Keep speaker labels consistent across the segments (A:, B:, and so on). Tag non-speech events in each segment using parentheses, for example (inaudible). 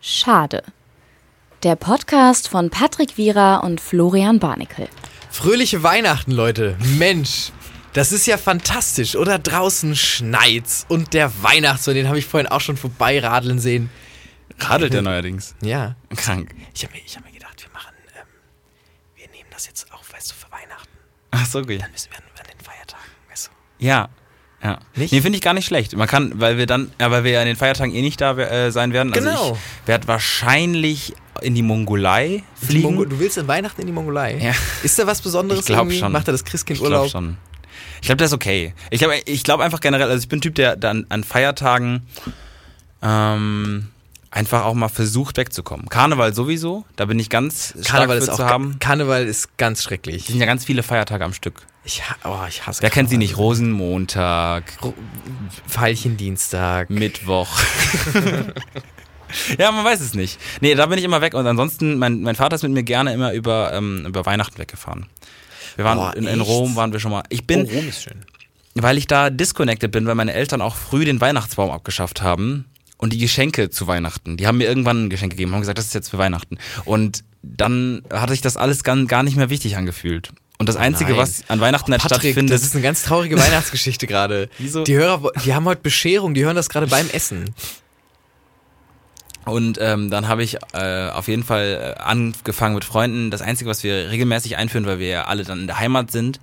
A: Schade. Der Podcast von Patrick Wierer und Florian Barnikel.
B: Fröhliche Weihnachten, Leute. Mensch, das ist ja fantastisch, oder? Draußen schneit's und der Weihnachtsmann, den habe ich vorhin auch schon vorbeiradeln sehen. (laughs)
C: Radelt er neuerdings.
B: Ja.
C: Krank.
B: Ich habe mir, ich hab mir gedacht, wir machen, ähm, wir nehmen das jetzt auf, weißt du, für Weihnachten.
C: Ach so, okay.
B: Dann müssen wir an, an den Feiertagen, weißt du.
C: Ja. Ja.
B: Nicht?
C: Nee, finde ich gar nicht schlecht. Man kann, weil wir dann, ja, weil wir ja an den Feiertagen eh nicht da äh, sein werden.
B: Genau.
C: Also ich werde wahrscheinlich in die Mongolei fliegen.
B: Mongo- du willst an Weihnachten in die Mongolei?
C: Ja.
B: Ist da was Besonderes?
C: Ich glaub
B: irgendwie?
C: schon.
B: Macht er das Christkind
C: ich
B: Urlaub?
C: glaube schon. Ich glaube, das ist okay. Ich glaube ich glaub einfach generell, also ich bin ein Typ, der dann an Feiertagen ähm, einfach auch mal versucht wegzukommen. Karneval sowieso, da bin ich ganz
B: Karneval
C: stark
B: ist
C: für
B: auch
C: zu haben.
B: Karneval ist ganz
C: Es
B: schrecklich.
C: sind ja ganz viele Feiertage am Stück.
B: Ich, ha- oh, ich hasse
C: Wer kennt sie
B: Karneval.
C: nicht? Rosenmontag,
B: Ro- Veilchendienstag.
C: Mittwoch. ja, man weiß es nicht. Nee, da bin ich immer weg. Und ansonsten, mein, mein Vater ist mit mir gerne immer über, ähm, über Weihnachten weggefahren. Wir waren
B: Boah,
C: in, in
B: echt?
C: Rom, waren wir schon mal. Ich bin,
B: Oh, Rom ist schön.
C: weil ich da disconnected bin, weil meine Eltern auch früh den Weihnachtsbaum abgeschafft haben und die Geschenke zu Weihnachten. Die haben mir irgendwann ein Geschenk gegeben, haben gesagt, das ist jetzt für Weihnachten. Und dann hatte ich das alles gar, gar nicht mehr wichtig angefühlt. Und das Einzige,
B: Oh Nein.
C: was an Weihnachten halt
B: Patrick,
C: stattfindet,
B: das ist eine ganz
C: (laughs)
B: traurige Weihnachtsgeschichte gerade.
C: Wieso?
B: Die Hörer, wo- die haben heute Bescherung, die hören das gerade beim Essen.
C: Und ähm, dann habe ich äh, auf jeden Fall äh, angefangen mit Freunden. Das Einzige, was wir regelmäßig einführen, weil wir ja alle dann in der Heimat sind,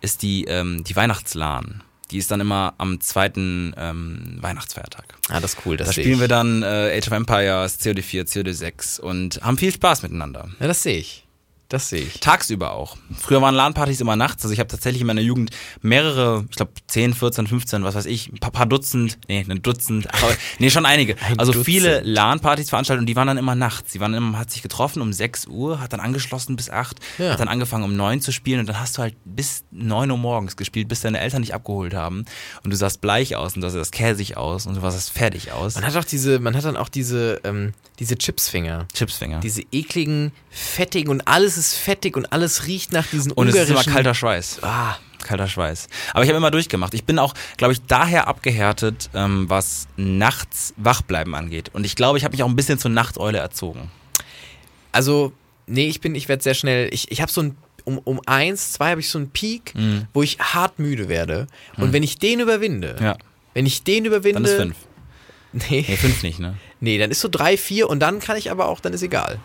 C: ist die, ähm, die Weihnachtslahn. Die ist dann immer am zweiten ähm, Weihnachtsfeiertag.
B: Ah, das ist cool, das
C: Da
B: seh
C: spielen
B: ich.
C: wir dann äh, Age of Empires, COD4, COD6 und haben viel Spaß miteinander.
B: Ja, das sehe ich. Das sehe ich.
C: Tagsüber auch. Früher waren LAN-Partys immer nachts. Also ich habe tatsächlich in meiner Jugend mehrere, ich glaube 10, 14, 15, was weiß ich, ein paar, paar Dutzend, nee, ein Dutzend, (laughs) aber, nee, schon einige.
B: Ein
C: also
B: Dutzend.
C: viele LAN-Partys veranstaltet und die waren dann immer nachts. Die waren immer, man hat sich getroffen um 6 Uhr, hat dann angeschlossen bis 8,
B: Ja.
C: hat dann angefangen um 9 zu spielen und dann hast du halt bis 9 Uhr morgens gespielt, bis deine Eltern dich abgeholt haben und du sahst bleich aus und du sahst käsig aus und du sahst fertig aus.
B: Man hat auch diese, man hat dann auch diese, ähm, diese Chipsfinger.
C: Chipsfinger.
B: Diese ekligen, fettigen und alles ist fettig und alles riecht nach diesen
C: Und es ist
B: ungarischen.
C: immer kalter Schweiß.
B: Ah,
C: Kalter Schweiß. Aber ich habe immer durchgemacht. Ich bin auch, glaube ich, daher abgehärtet, ähm, was nachts Wachbleiben angeht. Und ich glaube, ich habe mich auch ein bisschen zur Nachteule erzogen.
B: also, nee, ich bin, ich werde sehr schnell, ich, ich habe so ein, um, um eins, zwei habe ich so einen Peak,
C: Mm.
B: wo ich hart müde werde. Und wenn ich den überwinde, wenn ich den überwinde.
C: Dann ist fünf.
B: (laughs) Nee.
C: Nee, fünf nicht,
B: (laughs)
C: ne?
B: Nee, dann ist so drei, vier und dann kann ich aber auch, dann ist egal.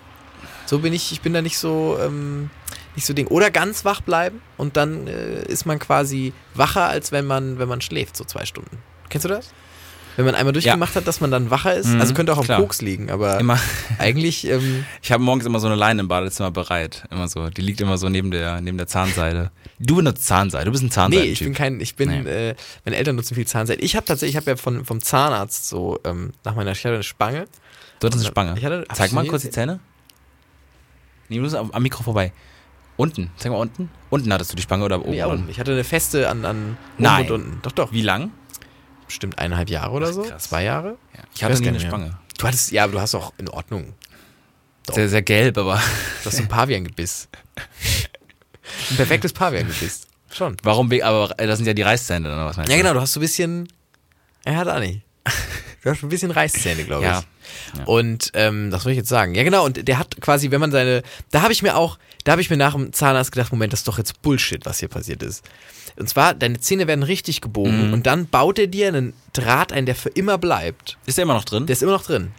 B: So bin ich, ich bin da nicht so, ähm, nicht so Ding. Oder ganz wach bleiben und dann äh, ist man quasi wacher, als wenn man, wenn man schläft, so zwei Stunden. Kennst du das? Wenn man einmal durchgemacht hat, dass man dann wacher ist.
C: Mhm,
B: also könnte auch am
C: klar.
B: Koks liegen, aber
C: Immer.
B: eigentlich, ähm,
C: Ich habe morgens immer so eine Leine im Badezimmer bereit. Immer so. Die liegt immer so neben der, neben der Zahnseide. Du benutzt Zahnseide. Du bist ein
B: nee,
C: Zahnseide.
B: ich bin kein, ich bin,
C: Nee.
B: äh, meine Eltern nutzen viel Zahnseide. Ich habe tatsächlich, ich habe ja von, vom Zahnarzt so, ähm, nach meiner, ich hatte eine Spange.
C: Du hattest eine Spange.
B: Ich hatte- hab
C: Zeig
B: ich
C: mal
B: nie
C: kurz die Zähne. Nee, du musst am am Mikro vorbei. Unten. Zeig mal unten. Unten hattest du die Spange oder oben?
B: Nee,
C: Unten.
B: unten. Ich hatte eine feste an, an oben
C: Oh. Nein.
B: und unten. Doch, doch.
C: Wie lang?
B: Bestimmt eineinhalb Jahre oder
C: Ach,
B: so.
C: krass.
B: Zwei Jahre.
C: Ich hatte
B: weiß
C: nie
B: gar
C: eine
B: nicht mehr.
C: Spange.
B: Du hattest, ja, aber du hast auch in Ordnung.
C: Sehr, sehr gelb, aber. (laughs)
B: Du (laughs) hast so ein Paviangebiss. Ein perfektes Paviangebiss. Schon.
C: Warum? we- Aber äh, das sind ja die Reißzähne dann, oder was meinst du?
B: Ja, genau, du hast so ein bisschen. Er hat auch nicht. Du hast ein bisschen Reißzähne, glaube ich.
C: Ja. Ja.
B: Und ähm, das wollte ich jetzt sagen. Ja, genau, und der hat quasi, wenn man seine. Da habe ich mir auch, da habe ich mir nach dem Zahnarzt gedacht, Moment, das ist doch jetzt Bullshit, was hier passiert ist. Und zwar, deine Zähne werden richtig gebogen und dann baut er dir einen Draht ein, der für immer bleibt.
C: Ist der immer noch drin?
B: Der ist immer noch drin.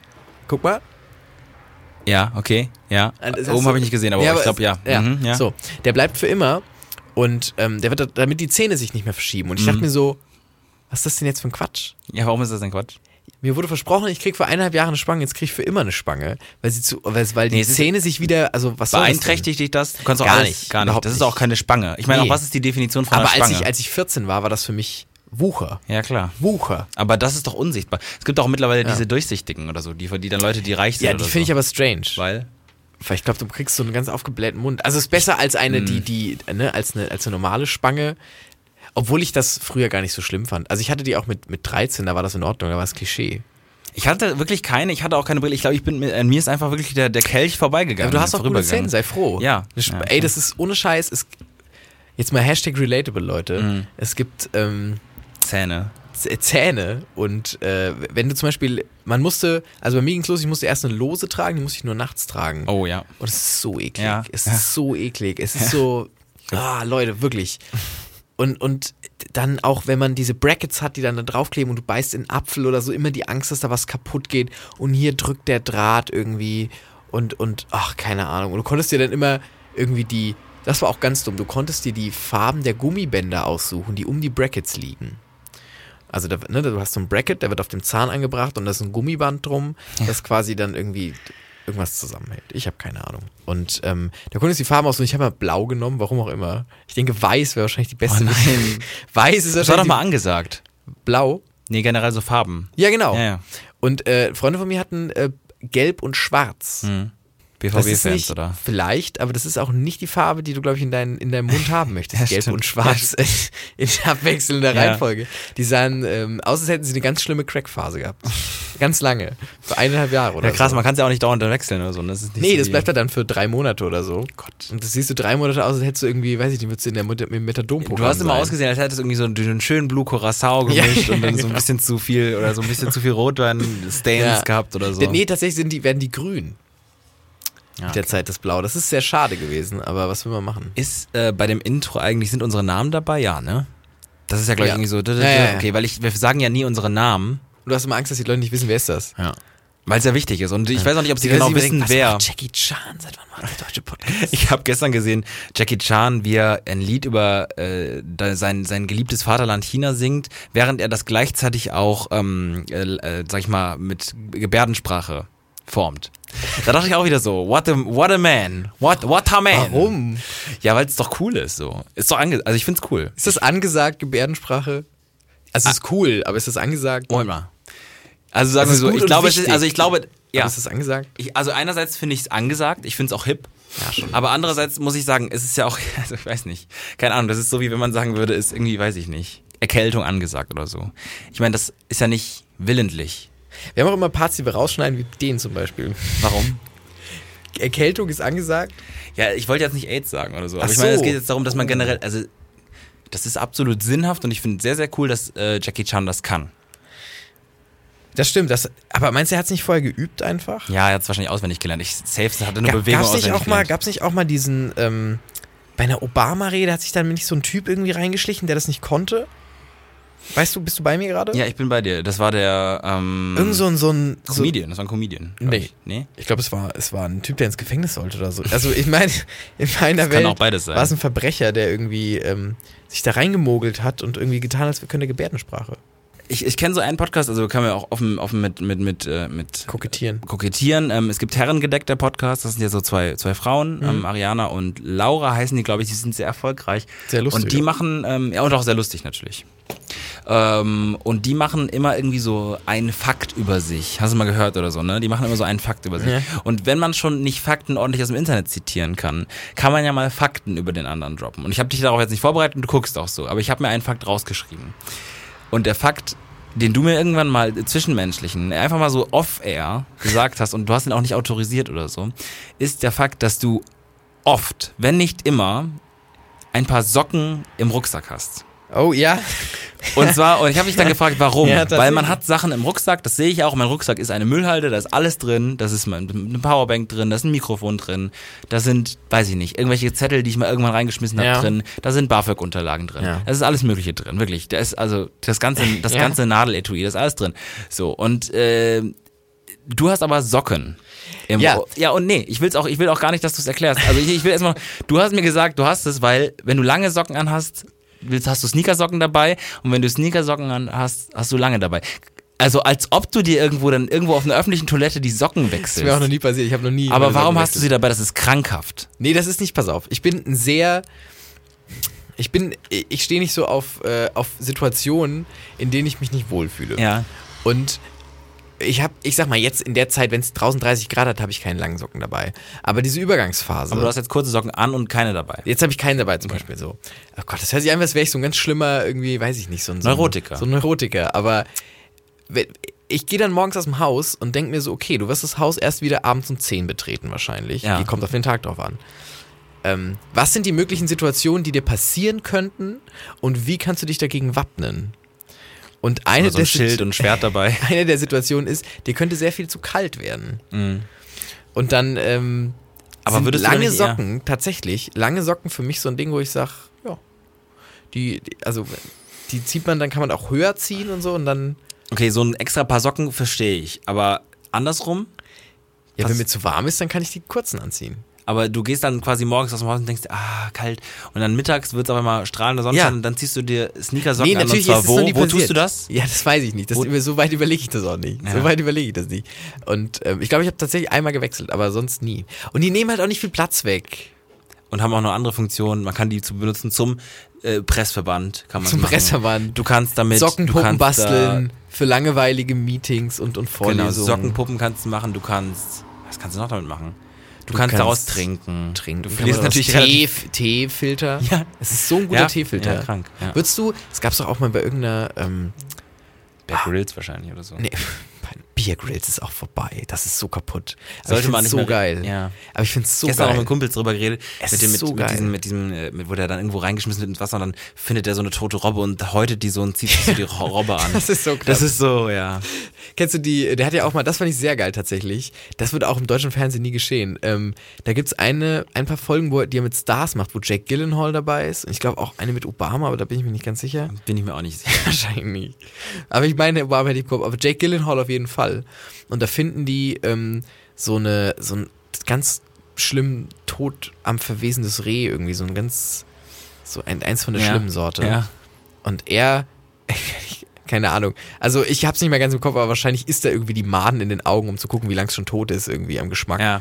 B: Guck mal.
C: ja, okay. Ja.
B: Also, das
C: Oben
B: hast du-
C: habe ich nicht gesehen, aber ich glaube, ja.
B: es- Ja.
C: Mhm, ja.
B: So, der bleibt für immer und ähm, der wird, da- damit die Zähne sich nicht mehr verschieben. Und ich
C: Mhm.
B: dachte mir so, was ist das denn jetzt für ein Quatsch?
C: ja, warum ist das denn Quatsch?
B: Mir wurde versprochen, ich krieg für eineinhalb Jahre eine Spange, jetzt krieg ich für immer eine Spange, weil sie zu, weil, weil die
C: Nee, es ist-
B: Zähne sich wieder, also was soll das denn?
C: Beeinträchtigt dich das? Du kannst auch
B: Gar
C: alles,
B: nicht,
C: Gar nicht.
B: überhaupt
C: Das ist
B: nicht.
C: auch keine Spange. Ich meine,
B: Nee.
C: auch was ist die Definition von
B: Aber
C: einer
B: als
C: Spange?
B: ich, als ich 14 war, war das für mich Wucher.
C: ja, klar.
B: Wucher.
C: Aber das ist doch unsichtbar. Es gibt auch mittlerweile
B: Ja.
C: diese durchsichtigen oder so, die, die dann Leute, die reich sind.
B: Ja, die
C: oder
B: finde ich
C: so.
B: aber strange.
C: Weil?
B: Weil ich glaube, du kriegst so einen ganz aufgeblähten Mund. Also es ist besser als eine, die,
C: Hm.
B: die, ne, als eine, als eine normale Spange. Obwohl ich das früher gar nicht so schlimm fand. Also ich hatte die auch mit, mit 13, da war das in Ordnung, da war es Klischee.
C: Ich hatte wirklich keine, ich hatte auch keine Brille. Ich glaube, ich bin, äh, mir- an mir ist einfach wirklich der, der Kelch vorbeigegangen.
B: Aber du hast auch gute Zähne,
C: vorübergegangen.
B: sei froh.
C: Ja.
B: Eine Sp-
C: Ja,
B: Ey, das ist ohne
C: Mhm.
B: Scheiß. Es, jetzt mal Hashtag relatable, Leute. Es gibt, ähm,
C: Zähne.
B: Z- Zähne und äh, wenn du zum Beispiel, man musste, also bei mir ging's los, ich musste erst eine Lose tragen, die musste ich nur nachts tragen.
C: Oh ja.
B: Und es ist so eklig.
C: Ja.
B: Es
C: Ja.
B: ist so eklig. Es ist so. Ah, Leute, wirklich. Und, und dann auch, wenn man diese Brackets hat, die dann da draufkleben und du beißt in einen Apfel oder so, immer die Angst, dass da was kaputt geht und hier drückt der Draht irgendwie und, und ach, keine Ahnung. Und du konntest dir dann immer irgendwie die, das war auch ganz dumm, du konntest dir die Farben der Gummibänder aussuchen, die um die Brackets liegen. Also da, ne, du hast so ein Bracket, der wird auf dem Zahn angebracht und da ist ein Gummiband drum, das quasi dann irgendwie irgendwas zusammenhält. Ich habe keine Ahnung. Und ähm, da konnte ich die Farben aus und ich habe mal blau genommen, warum auch immer. Ich denke, weiß wäre wahrscheinlich die beste.
C: Oh nein.
B: (laughs) weiß ist
C: Das war doch
B: wahrscheinlich
C: mal angesagt.
B: die- blau.
C: Nee, generell so Farben.
B: Ja, genau.
C: Ja, ja.
B: Und äh, Freunde von mir hatten äh, gelb und schwarz. Das ist
C: BVB-Fans,
B: nicht,
C: oder?
B: Vielleicht, aber das ist auch nicht die Farbe, die du, glaube ich, in, deinen in deinem Mund haben möchtest.
C: (laughs) Ja,
B: Gelb
C: stimmt.
B: und Schwarz (laughs) in abwechselnder
C: Ja.
B: Reihenfolge. Die sahen, ähm, aus als hätten sie eine ganz schlimme Crackphase gehabt. ganz lange. Für eineinhalb Jahre oder
C: Ja, krass,
B: so.
C: man kann es ja auch nicht dauernd wechseln oder so. ne? Das ist nicht
B: Nee,
C: so
B: das
C: wie-
B: bleibt halt dann für drei Monate oder so. Gott. Und das siehst du drei Monate aus, als hättest du irgendwie, weiß ich nicht, würdest du in der Mut- im Methadon-Programm
C: Du hast immer
B: sein.
C: ausgesehen, als hättest du irgendwie so einen, einen schönen Blue Curacao gemischt
B: Ja,
C: und dann so ein
B: genau.
C: bisschen zu viel oder so ein bisschen zu viel Rotwein-Stains
B: Ja.
C: gehabt oder so.
B: Denn Nee, tatsächlich sind die, werden die grün.
C: also. Ja.
B: Mit der Zeit das Blau. Das ist sehr schade gewesen, aber was will man machen?
C: Ist äh, bei dem Intro eigentlich, sind unsere Namen dabei? Ja, ne? Das ist ja, glaube ich,
B: Ja.
C: irgendwie so.
B: Ja, ja, ja.
C: Okay, weil ich, wir sagen ja nie unsere Namen.
B: Du hast immer Angst, dass die Leute nicht wissen, wer ist das.
C: Ja. Weil es ja wichtig ist. Und ich weiß auch nicht, ob sie
B: Leute,
C: genau
B: die überlegen,
C: wissen,
B: was
C: wer.
B: macht Jackie Chan, seit wann macht der deutsche Podcast?
C: Ich habe gestern gesehen, Jackie Chan, wie er ein Lied über äh, da- sein, sein geliebtes Vaterland China singt, während er das gleichzeitig auch, ähm, äh, äh, sag ich mal, mit Gebärdensprache formt. Da dachte ich auch wieder so, what a, what a man, what, what a man.
B: (laughs) Warum?
C: Ja, weil es doch cool ist so. Ist doch ange also ich find's cool.
B: Ist das angesagt, Gebärdensprache? Also es ist cool, aber ist das angesagt?
C: Moment mal. Also sagen wir
B: Das ist
C: so,
B: gut
C: ich
B: und
C: glaube, es ist,
B: wichtig.
C: also ich glaube,
B: Aber
C: ja.
B: Ist das angesagt?
C: Ich, also einerseits finde ich es angesagt, ich finde es auch hip. Ja, schon. Aber andererseits muss ich sagen, es ist ja auch, (laughs) also ich weiß nicht, keine Ahnung, das ist so wie wenn man sagen würde, ist irgendwie, weiß ich nicht, Erkältung angesagt oder so. Ich meine, das ist ja nicht willentlich.
B: Wir haben auch immer Parts, die wir rausschneiden, wie den zum Beispiel.
C: Warum?
B: Erkältung ist angesagt.
C: Ja, ich wollte jetzt nicht AIDS sagen oder so, aber
B: Ach
C: ich meine, es
B: so.
C: geht jetzt darum, dass man
B: Oh.
C: generell, also das ist absolut sinnhaft und ich finde sehr, sehr cool, dass äh, Jackie Chan das kann.
B: Das stimmt. Das, aber meinst du, er hat es nicht vorher geübt einfach?
C: Ja, er hat es wahrscheinlich auswendig gelernt. Ich safe hatte eine
B: Ga-
C: Bewegung
B: gab's nicht
C: auswendig
B: auch mal,
C: gelernt.
B: gab's nicht auch mal diesen, ähm, bei einer Obama-Rede hat sich dann nicht so ein Typ irgendwie reingeschlichen, der das nicht konnte? Weißt du, bist du bei mir gerade?
C: Ja, ich bin bei dir. Das war der ähm,
B: Irgend so ein, so ein so,
C: Comedian, das war ein Comedian. glaub
B: Nee.
C: ich. Nee?
B: Ich glaube, es war, es war ein Typ, der ins Gefängnis sollte oder so. Also ich meine, (laughs) in meiner
C: Kann
B: Welt
C: auch beides sein.
B: war es ein Verbrecher, der irgendwie ähm, sich da reingemogelt hat und irgendwie getan, als könnte Gebärdensprache
C: Ich, ich kenne so einen Podcast, also kann man ja auch offen, offen mit, mit, mit, äh, mit
B: kokettieren.
C: kokettieren. Ähm, es gibt Herrengedeck, der Podcast, das sind ja so zwei, zwei Frauen,
B: Mhm.
C: ähm, Ariana und Laura heißen die, glaube ich, die sind sehr erfolgreich.
B: Sehr lustig,
C: Und die
B: ja.
C: machen, ähm, ja und auch sehr lustig natürlich. Ähm, und die machen immer irgendwie so einen Fakt über sich. Hast du mal gehört oder so, ne? Die machen immer so einen Fakt über sich.
B: Ja.
C: Und wenn man schon nicht Fakten ordentlich aus dem Internet zitieren kann, kann man ja mal Fakten über den anderen droppen. Und ich habe dich darauf jetzt nicht vorbereitet und du guckst auch so, aber ich habe mir einen Fakt rausgeschrieben. Und der Fakt, den du mir irgendwann mal äh, zwischenmenschlichen, einfach mal so off-air gesagt hast und du hast ihn auch nicht autorisiert oder so, ist der Fakt, dass du oft, wenn nicht immer, ein paar Socken im Rucksack hast.
B: Oh ja, (laughs)
C: Und zwar, und ich habe mich dann gefragt, warum?
B: Ja, tatsächlich.
C: Weil man hat Sachen im Rucksack, das sehe ich auch. Mein Rucksack ist eine Müllhalde, da ist alles drin, das ist mein- eine Powerbank drin, da ist ein Mikrofon drin, da sind, weiß ich nicht, irgendwelche Zettel, die ich mal irgendwann reingeschmissen habe
B: Ja.
C: drin, da sind BAföG-Unterlagen drin.
B: Ja.
C: Das ist alles Mögliche drin, wirklich. Da ist also das ganze,
B: (laughs)
C: das
B: Ja.
C: ganze Nadeletui, das ist alles drin. So, und äh, du hast aber Socken. Im
B: Ja.
C: Ru- ja, und nee, ich will's auch, ich will auch gar nicht, dass du es erklärst. Also ich, ich will erstmal, du hast mir gesagt, du hast es, weil wenn du lange Socken anhast, willst, hast du Sneakersocken dabei und wenn du Sneakersocken anhast, hast du lange dabei. Also als ob du dir irgendwo dann irgendwo auf einer öffentlichen Toilette die Socken
B: das ist mir auch noch
C: wechselst.
B: nie passiert. Ich habe noch nie.
C: Aber
B: meine
C: warum
B: Socken
C: hast du sie dabei? Das ist krankhaft.
B: Nee, das ist nicht, pass auf. Ich bin ein sehr. Ich bin. Ich stehe nicht so auf, äh, auf Situationen, in denen ich mich nicht wohlfühle.
C: Ja. Also
B: Und ich habe, ich sag mal, jetzt in der Zeit, wenn es draußen 30 Grad hat, habe ich keinen langen Socken dabei. Aber diese Übergangsphase.
C: Aber du hast jetzt kurze Socken an und keine dabei.
B: Jetzt habe ich keinen dabei, zum Beispiel so. Oh Gott, das hört sich an, als wäre ich so ein ganz schlimmer, irgendwie, weiß ich nicht, so ein so ein-
C: Neurotiker.
B: So ein Neurotiker. Aber wenn- ich gehe dann morgens aus dem Haus und denke mir so, okay, du wirst das Haus erst wieder abends um 10 betreten, wahrscheinlich.
C: Ja.
B: Die kommt auf den Tag drauf an. Ähm, was sind die möglichen Situationen, die dir passieren könnten und wie kannst du dich dagegen wappnen? Und eine,
C: Oder Also so ein
B: der
C: Schild und Schwert dabei.
B: (laughs) eine der Situationen ist, dir könnte sehr viel zu kalt werden. Und dann ähm,
C: Mhm. Aber
B: sind
C: würdest du
B: lange
C: nicht eher-
B: Socken, tatsächlich, lange Socken für mich so ein Ding, wo ich sage, ja, die, die, also die zieht man, dann kann man auch höher ziehen und so und dann,
C: Okay, so ein extra paar Socken verstehe ich. Aber andersrum?
B: ja,
C: Was-
B: wenn mir zu warm ist, dann kann ich die kurzen anziehen.
C: Aber du gehst dann quasi morgens aus dem Haus und denkst, ah, kalt. Und dann mittags wird es aber mal strahlender Sonnenschein
B: Ja.
C: und dann ziehst du dir Sneakersocken an. Und
B: ist
C: zwar
B: es noch
C: wo,
B: nie
C: wo tust
B: passiert.
C: du das?
B: Ja, das weiß ich nicht. Das,
C: Wo-
B: über- so weit überlege ich das auch nicht. So
C: Ja.
B: weit überlege ich das nicht. Und ähm, ich glaube, ich habe tatsächlich einmal gewechselt, aber sonst nie. Und die nehmen halt auch nicht viel Platz weg.
C: Und haben auch noch andere Funktionen. Man kann die zu benutzen zum äh, Pressverband. Kann man
B: Zum
C: machen.
B: Pressverband.
C: Du kannst damit du
B: Sockenpuppen
C: kannst
B: basteln für langweilige Meetings und, und
C: Da, genau,
B: Vorlesungen.
C: Sockenpuppen kannst du machen. Du kannst. Was kannst du noch damit machen? Du, kannst,
B: kannst
C: daraus trinken.
B: trinken.
C: Du
B: Kann
C: verlierst
B: man aus
C: natürlich
B: Tee,
C: relativ.
B: Teefilter.
C: (laughs) Ja.
B: es ist so ein guter
C: Ja,
B: Teefilter.
C: ja, krank, ja.
B: Würdest du, es gab es doch auch mal bei irgendeiner, ähm,
C: Bear Grylls wahrscheinlich oder so.
B: nee, (laughs) bei Beer Grills ist auch vorbei. Das ist so kaputt. Aber
C: Sollte
B: ich
C: man
B: find's
C: nicht
B: so
C: mehr-
B: geil.
C: ja.
B: Aber ich finde es so
C: Gestern auch
B: geil.
C: mit Kumpels drüber geredet,
B: Es
C: mit dem,
B: ist
C: mit,
B: so
C: mit
B: geil.
C: diesem, mit diesem, äh, mit, wurde er dann irgendwo reingeschmissen wird ins Wasser und dann findet er so eine tote Robbe und häutet die so und zieht sich
B: (laughs)
C: so die Ro- Robbe an.
B: Das ist so krass.
C: Das ist so, ja.
B: Kennst du die, der hat ja auch mal, das fand ich sehr geil tatsächlich. Das wird auch im deutschen Fernsehen nie geschehen. Ähm, da gibt's eine, ein paar Folgen, wo er, die er mit Stars macht, wo Jack Gillenhall dabei ist. Und ich glaube auch eine mit Obama, aber da bin ich mir nicht ganz sicher.
C: Bin ich mir auch nicht sicher.
B: (laughs) Wahrscheinlich. nicht. Aber ich meine, Obama hätte ich gehabt, aber Jake Gyllenhaal auf jeden Fall. Und da finden die ähm, so eine, so ein ganz schlimm tot am verwesendes Reh irgendwie, so ein ganz, so ein, eins von der
C: Ja.
B: schlimmen Sorte.
C: Ja.
B: Und er, (laughs) keine Ahnung. Also ich hab's nicht mehr ganz im Kopf, aber wahrscheinlich ist da irgendwie die Maden in den Augen, um zu gucken, wie lang es schon tot ist, irgendwie am Geschmack.
C: ja.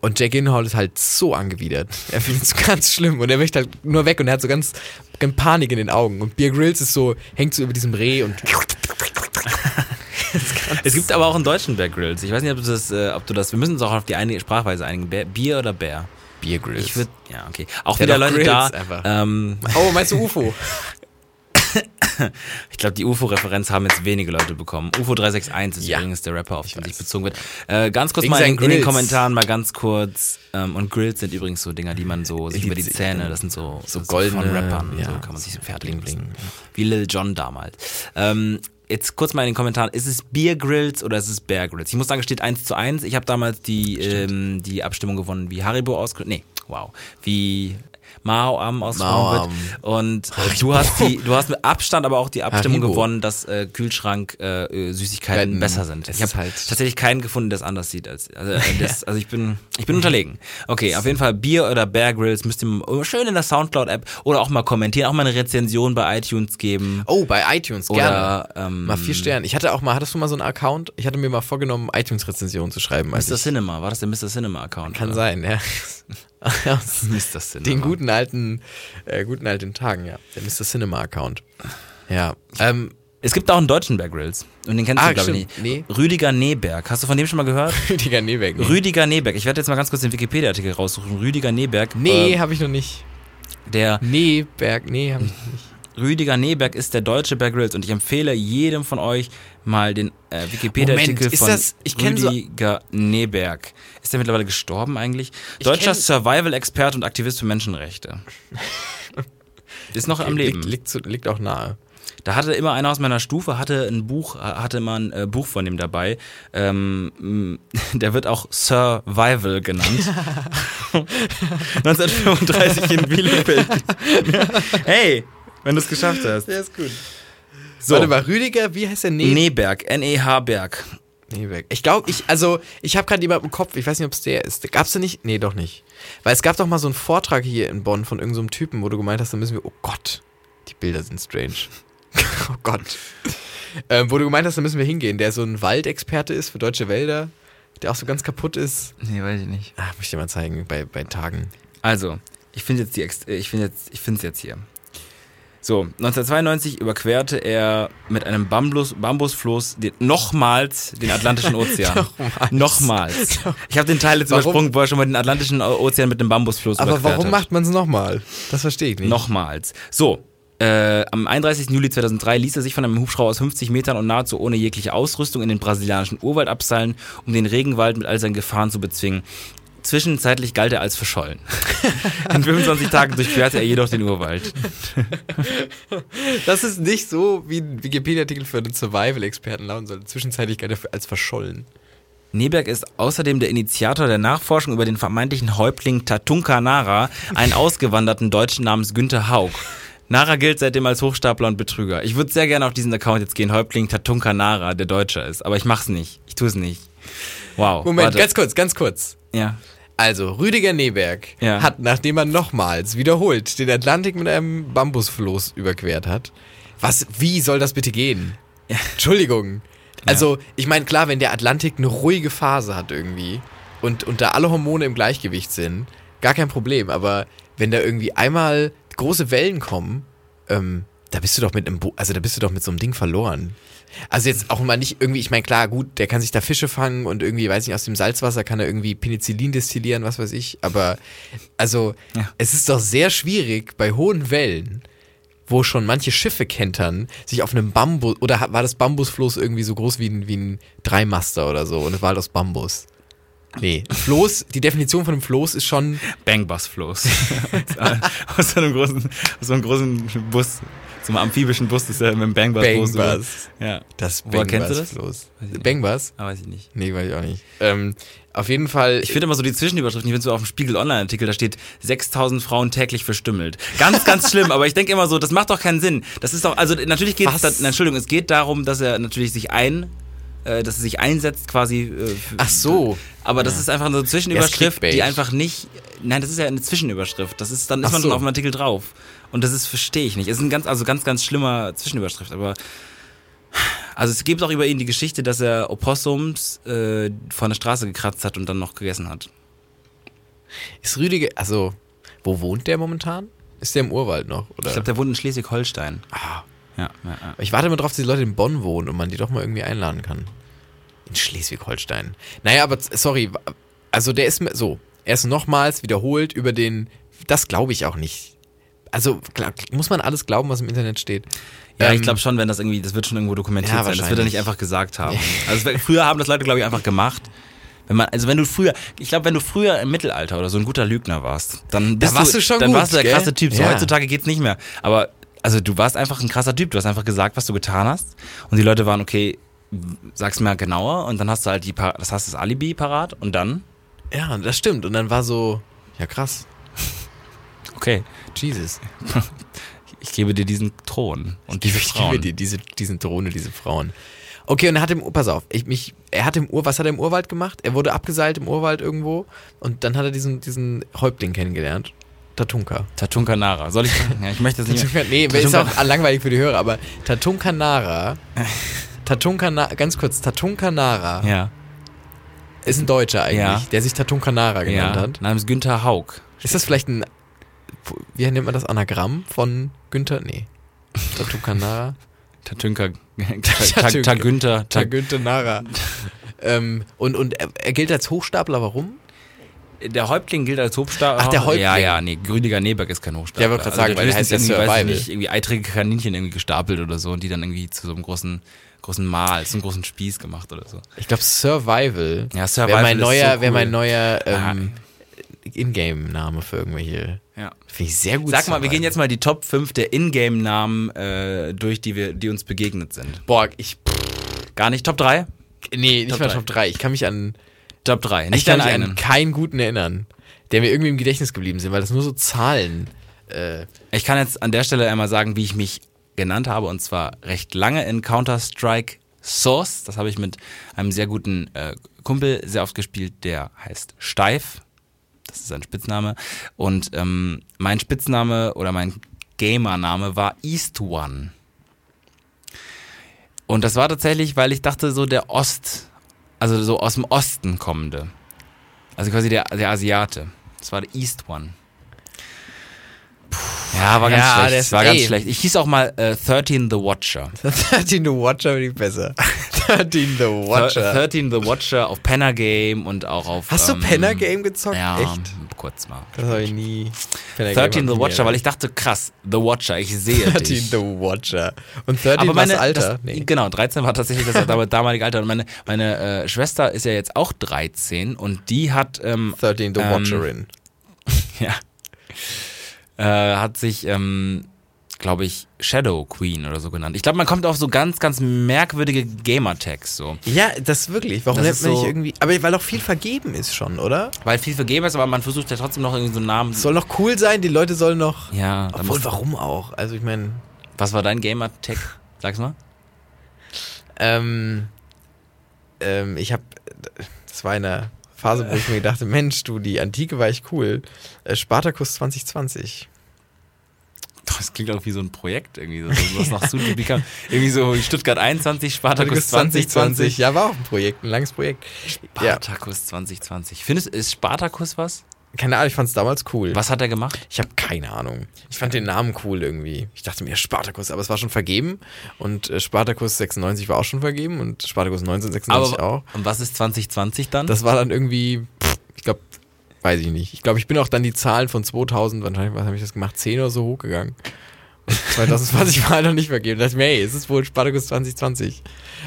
B: Und Jack Gyllenhaal ist halt so angewidert. Er findet es (laughs) ganz schlimm und er möchte halt nur weg und er hat so ganz, ganz Panik in den Augen. Und Beer Grylls ist so, hängt so über diesem Reh (laughs) und
C: Es gibt aber auch einen deutschen Bear Grylls. Ich weiß nicht, ob du das, äh, ob du das, wir müssen uns auch auf die eine Sprachweise einigen. Bär, Bier oder Bär?
B: Beer Grylls.
C: Ich würde, ja, okay. Auch
B: Der
C: wieder
B: doch
C: Leute
B: Grylls einfach.
C: da. Ähm,
B: oh, meinst du UFO?
C: ich glaube, die UFO-Referenz haben jetzt wenige Leute bekommen. UFO 361 ist
B: Ja.
C: übrigens der Rapper, auf den sich bezogen wird. Äh, ganz kurz
B: Wegen
C: mal in,
B: seinen
C: in den
B: Grills.
C: Kommentaren mal ganz kurz. Ähm, und Grills sind übrigens so Dinger, die man so sich
B: Die
C: über die
B: Zäh-
C: Zähne, das sind so,
B: äh, so
C: das ist
B: goldene,
C: von Rappern,
B: ja,
C: so kann man sich fertig
B: bling, bling,
C: machen. Wie Lil Jon damals. Ähm, Jetzt kurz mal in den Kommentaren, ist es Beer Grills oder ist es Bear Grills? Ich muss sagen, es steht 1 zu 1. Ich habe damals die, ähm, die Abstimmung gewonnen, wie Haribo ausgesprochen Nee, wow. Wie Mao Am ausgesprochen
B: Mao
C: wird. Und äh, du hast, die, du hast mit Abstand aber auch die Abstimmung
B: Ah, Haribo.
C: gewonnen, dass äh, Kühlschrank-Süßigkeiten
B: Werden-
C: besser sind.
B: es
C: Ich habe
B: ist halt-
C: halt tatsächlich keinen gefunden, der es anders sieht. Als,
B: (laughs)
C: also, äh, das, also ich bin, ich bin unterlegen. Okay, auf jeden Fall Bier oder Bear Grills müsst ihr mal schön in der Soundcloud-App oder auch mal kommentieren, auch mal eine Rezension bei iTunes geben.
B: (laughs) Oh, bei iTunes, gerne.
C: Oder ähm,
B: Mal vier Sterne. Ich hatte auch mal, hattest du mal so einen Account? Ich hatte mir mal vorgenommen, iTunes-Rezensionen zu schreiben. Als
C: Mr.
B: ich,
C: Cinema. War das der Mr. Cinema-Account?
B: kann sein, ja. (laughs) Aus
C: Mr. Cinema.
B: (laughs) den guten alten, äh, guten alten Tagen, ja. Der Mr. Cinema-Account. Ja. (laughs) Ähm,
C: Es gibt auch einen deutschen Bear Grills. Und den kennst
B: Ah,
C: du, glaube ich,
B: stimmt.
C: nicht.
B: Nee.
C: Rüdiger Neberg. Hast du von dem schon mal gehört?
B: Rüdiger Nebeck.
C: Rüdiger Neberg. Ich werde jetzt mal ganz kurz den Wikipedia-Artikel raussuchen. Rüdiger Neberg.
B: Nee,
C: äh,
B: habe ich noch nicht.
C: der
B: Nee, Berg, nee, habe ich
C: Rüdiger Neberg ist der deutsche Bear Grylls und ich empfehle jedem von euch mal den äh, Wikipedia-Artikel
B: Moment, ist
C: von
B: das- ich kenn so-
C: Rüdiger Neberg. Ist der mittlerweile gestorben eigentlich? Deutscher
B: kenn-
C: Survival-Experte und Aktivist für Menschenrechte. (laughs) Ist noch am Leben.
B: Liegt, liegt, zu- liegt auch nahe.
C: Da hatte immer einer aus meiner Stufe, hatte ein Buch, hatte immer ein äh, Buch von dem dabei. Ähm, m, (laughs) der wird auch
B: (laughs)
C: Survival genannt. 1935 in Bielefeld.
B: (laughs)
C: hey, wenn du es geschafft hast.
B: Der ist gut.
C: So.
B: Warte mal, Rüdiger, wie heißt der? Nee,
C: Neberg, N-E-H Berg.
B: Nebeck. Ich glaube, ich, also, ich habe gerade jemanden im Kopf, ich weiß nicht, ob es der ist. Gab's da nicht? Nee, doch nicht. Weil es gab doch mal so einen Vortrag hier in Bonn von irgendeinem Typen, wo du gemeint hast, da müssen wir, oh Gott, die Bilder sind strange. (laughs) oh Gott. Ähm, wo du gemeint hast, da müssen wir hingehen, der so ein Waldexperte ist für deutsche Wälder, der auch so ganz kaputt ist.
C: Nee, weiß ich nicht.
B: Ah, muss ich dir mal zeigen, bei, bei
C: (laughs)
B: Tagen.
C: Also, ich finde jetzt die Ex äh, ich finde jetzt ich finde es jetzt hier. So, 1992 überquerte er mit einem Bambus, Bambusfloß den, nochmals den
B: (laughs)
C: Atlantischen Ozean.
B: Nochmals. (laughs)
C: nochmals. Ich habe den Teil jetzt
B: Warum?
C: übersprungen, wo er schon mal den Atlantischen O- Ozean mit dem Bambusfloß
B: Aber
C: überquert
B: warum
C: hat.
B: macht man es nochmal? Das verstehe ich nicht.
C: Nochmals. So. Äh, am 31. Juli 2003 ließ er sich von einem Hubschrauber aus 50 Metern und nahezu ohne jegliche Ausrüstung in den brasilianischen Urwald abseilen, um den Regenwald mit all seinen Gefahren zu bezwingen. Zwischenzeitlich galt er
B: (laughs)
C: als verschollen. In 25 Tagen durchquerte er jedoch den Urwald.
B: Das ist nicht so, wie ein Wikipedia-Artikel für einen Survival-Experten lauten sollte. Zwischenzeitlich galt er als verschollen.
C: Neberg ist außerdem der Initiator der Nachforschung über den vermeintlichen Häuptling Tatunka Nara, einen ausgewanderten Deutschen namens Günther Haug. Nara gilt seitdem als Hochstapler und Betrüger. Ich würde sehr gerne auf diesen Account jetzt gehen, Häuptling Tatunka Nara, der Deutscher ist. Aber ich mach's nicht. Ich tu's nicht. Wow.
B: Moment,
C: warte.
B: ganz kurz, ganz kurz.
C: Ja.
B: Also, Rüdiger Neberg
C: Ja.
B: hat, nachdem er nochmals wiederholt den Atlantik mit einem Bambusfloß überquert hat, was, wie soll das bitte gehen? Entschuldigung. Also, ich meine, klar, wenn der Atlantik eine ruhige Phase hat irgendwie und, und da alle Hormone im Gleichgewicht sind, gar kein Problem. Aber wenn da irgendwie einmal große Wellen kommen, ähm, da bist du doch mit einem Bo also da bist du doch mit so einem Ding verloren. Also jetzt auch mal nicht irgendwie, ich meine, klar, gut, der kann sich da Fische fangen und irgendwie, weiß nicht, aus dem Salzwasser kann er irgendwie Penicillin destillieren, was weiß ich. Aber also,
C: Ja.
B: es ist doch sehr schwierig bei hohen Wellen, wo schon manche Schiffe kentern, sich auf einem Bambus, oder ha- war das Bambusfloß irgendwie so groß wie ein, wie ein Dreimaster oder so und es war halt aus Bambus. Nee, Floß, die Definition von einem Floß ist schon, (laughs)
C: Bangbass-Floß. aus, so einem großen, aus so einem großen Bus, so einem amphibischen Bus, das ist ja mit dem Bangbass-Floß.
B: Bangbass.
C: Ja.
B: das
C: Woher kennst du das?
B: Floß.
C: Weiß ich nicht.
B: Bengbas?
C: Ah, weiß ich nicht.
B: Nee, weiß ich auch nicht. Ähm, auf jeden Fall,
C: Ich finde immer so die Zwischenüberschriften, ich bin so auf dem Spiegel Online-Artikel, da steht 6000 Frauen täglich verstümmelt. Ganz, ganz schlimm, aber ich denke immer so, das macht doch keinen Sinn. Das ist doch, also natürlich geht es,
B: Was?
C: da, na, Entschuldigung, es geht darum, dass er natürlich sich ein, äh, dass er sich einsetzt quasi. Äh, für-
B: ach so,
C: Aber das ist einfach so eine Zwischenüberschrift,
B: Clickbait.
C: die einfach nicht. Nein, das ist ja eine Zwischenüberschrift. Das ist, dann ist
B: Ach
C: man
B: so.
C: schon auf dem Artikel drauf. Und das ist, verstehe ich nicht. Es ist ein ganz, also ganz, ganz schlimmer Zwischenüberschrift, aber. Also es gibt auch über ihn die Geschichte, dass er Opossums äh, von der Straße gekratzt hat und dann noch gegessen hat.
B: ist Rüdiger, also, wo wohnt der momentan? Ist der im Urwald noch? Oder?
C: Ich
B: Ich,
C: glaube, der wohnt in Schleswig-Holstein.
B: Ah.
C: Ja, ja, ja.
B: warte mal drauf, dass die Leute in Bonn wohnen und man die doch mal irgendwie einladen kann. In Schleswig-Holstein. Naja, aber z- sorry, wa- also der ist mi- so, er ist nochmals wiederholt über den, das glaube ich auch nicht. Also klar, muss man alles glauben, was im Internet steht.
C: Ja, ich
B: Ähm,
C: glaube schon, wenn das irgendwie, das wird schon irgendwo dokumentiert
B: Ja,
C: sein. Das wird er nicht
B: wahrscheinlich.
C: einfach gesagt haben. Also es wär- früher haben das Leute, glaube ich, einfach gemacht. Wenn man, also wenn du früher, ich glaube, wenn du früher im Mittelalter oder so ein guter Lügner warst, dann bist
B: warst du schon
C: dann
B: gut,
C: warst du der
B: gell?
C: krasse Typ. So
B: Ja.
C: heutzutage geht's nicht mehr. Aber also du warst einfach ein krasser Typ. Du hast einfach gesagt, was du getan hast, und die Leute waren okay. Sag's mir genauer und dann hast du halt die, Par- das hast das Alibi parat und dann
B: Ja, das stimmt. Und dann war so, ja krass,
C: okay,
B: Jesus.
C: ich gebe dir diesen Thron und diese
B: Ich liebe
C: Frauen.
B: die, diese, diesen Drohne, diese Frauen. Okay, und er hat im, pass auf, ich, mich, er hat im Ur, was hat er im Urwald gemacht? Er wurde abgeseilt im Urwald irgendwo und dann hat er diesen, diesen Häuptling kennengelernt. Tatunka.
C: Tatunka Nara. Soll ich?
B: (laughs)
C: Ja, ich möchte das nicht.
B: Tatunka, nee, ist auch langweilig für die Hörer, aber Tatunka Nara, Tatunka, Na- ganz kurz, Tatunka Nara
C: Ja.
B: ist ein Deutscher eigentlich,
C: Ja.
B: der sich Tatunka Nara genannt
C: ja.
B: hat.
C: Namens Günther Haug.
B: Ist das vielleicht ein, wie nennt man das, Anagramm von Günther? Nee. Tatunka Nara.
C: (laughs) Tatünker,
B: Tatünker.
C: Tagünter,
B: Tag Günther Nara. (laughs) ähm, und und er, er gilt als Hochstapler, warum?
C: der Häuptling gilt als Hochstapler.
B: Ach, der Häuptling.
C: Ja, ja, nee, Grüniger Neberg ist kein Hochstapler.
B: Ja, wollte grad sagen,
C: der
B: weil der
C: höchstens
B: heißt ja
C: irgendwie, weiß ich
B: Survival.
C: nicht, irgendwie eitrige Kaninchen irgendwie gestapelt oder so und die dann irgendwie zu so einem großen, großen Mahl, zu einem großen Spieß gemacht oder so.
B: Ich glaube Survival.
C: Ja, Survival
B: Wäre mein
C: ist
B: neuer,
C: so
B: wär mein
C: cool.
B: neuer ähm, Ingame-Name für irgendwelche.
C: Ja.
B: Finde ich sehr gut.
C: Sag mal, wir
B: Survival.
C: gehen jetzt mal die Top 5 der Ingame-Namen äh, durch, die wir, die uns begegnet sind.
B: Boah, ich. Pff,
C: Gar nicht Top 3?
B: nee, nicht
C: Top
B: mal
C: drei.
B: Top 3. Ich kann mich an,
C: Top 3,
B: ich
C: nicht
B: kann
C: deinen
B: mich an
C: eigenen.
B: keinen guten erinnern, der mir irgendwie im Gedächtnis geblieben sind, weil das nur so (laughs) Zahlen. Äh,
C: Ich kann jetzt an der Stelle einmal sagen, wie ich mich genannt habe, und zwar recht lange in Counter-Strike Source. Das habe ich mit einem sehr guten äh, Kumpel sehr oft gespielt, der heißt Steif. Das ist sein Spitzname. Und ähm, mein Spitzname oder mein Gamername war East One. Und das war tatsächlich, weil ich dachte, so der Ost, also so aus dem Osten kommende. Also quasi der, der Asiate. Das war der East One. Ja, war ganz
B: Ja, der
C: schlecht.
B: ist-
C: War ganz
B: ey.
C: schlecht. Ich hieß auch mal äh, 13 The Watcher.
B: 13 The Watcher bin ich (laughs) besser. 13 The Watcher.
C: 13 The Watcher auf Penner Game und auch auf.
B: Hast du
C: ähm,
B: Penner Game gezockt?
C: Ja,
B: Echt?
C: kurz mal.
B: Das habe ich nie.
C: 13 The Watcher, weil ich dachte, krass, The Watcher, ich sehe
B: 13
C: dich.
B: The Watcher. Und 13
C: Aber meine,
B: war das Alter.
C: Das,
B: nee.
C: Genau, 13 war tatsächlich das dam- (laughs) damalige Alter. Und meine, meine äh, Schwester ist ja jetzt auch 13 und die hat, ähm,
B: 13 The
C: ähm,
B: Watcherin.
C: ja, äh, hat sich, ähm, glaube ich, Shadow Queen oder so genannt. Ich glaube, man kommt auf so ganz, ganz merkwürdige Gamer-Tags so.
B: Ja, das wirklich. Warum
C: Das
B: nennt
C: ist
B: man nicht
C: so-
B: irgendwie. Aber weil auch viel vergeben ist schon, oder?
C: Weil viel vergeben ist, aber man versucht ja trotzdem noch irgendwie so einen Namen.
B: Soll noch cool sein, die Leute sollen noch.
C: ja, dann
B: Obwohl,
C: musst-
B: warum auch? Also ich meine.
C: was war dein Gamer-Tag? Sag's mal.
B: Ähm, ähm, ich habe, das war eine Phase, wo ich mir dachte, Mensch, du, die Antike war ich cool. Äh, Spartacus 2020.
C: Das klingt auch wie so ein Projekt irgendwie, so,
B: (laughs)
C: so- was nach Suzuki kam. Irgendwie so Stuttgart 21, Spartacus 2020.
B: Ja, war auch ein Projekt, ein langes Projekt. Ja,
C: Spartacus 2020. Findest ist Spartacus was?
B: keine Ahnung, ich fand es damals cool.
C: Was hat er gemacht?
B: Ich habe keine Ahnung. Ich fand den Namen cool irgendwie. Ich dachte mir Spartacus, aber es war schon vergeben und äh, Spartacus 96 war auch schon vergeben und Spartacus 1996 auch.
C: und was ist 2020 dann?
B: Das war dann irgendwie, pff, ich glaube, weiß ich nicht. Ich glaube, ich bin auch dann die Zahlen von 2000, wahrscheinlich, was habe ich das gemacht, 10 oder so hochgegangen. Und 2020 (laughs) war halt noch nicht vergeben. Da dachte ich mir, hey, es ist wohl Spartacus 2020.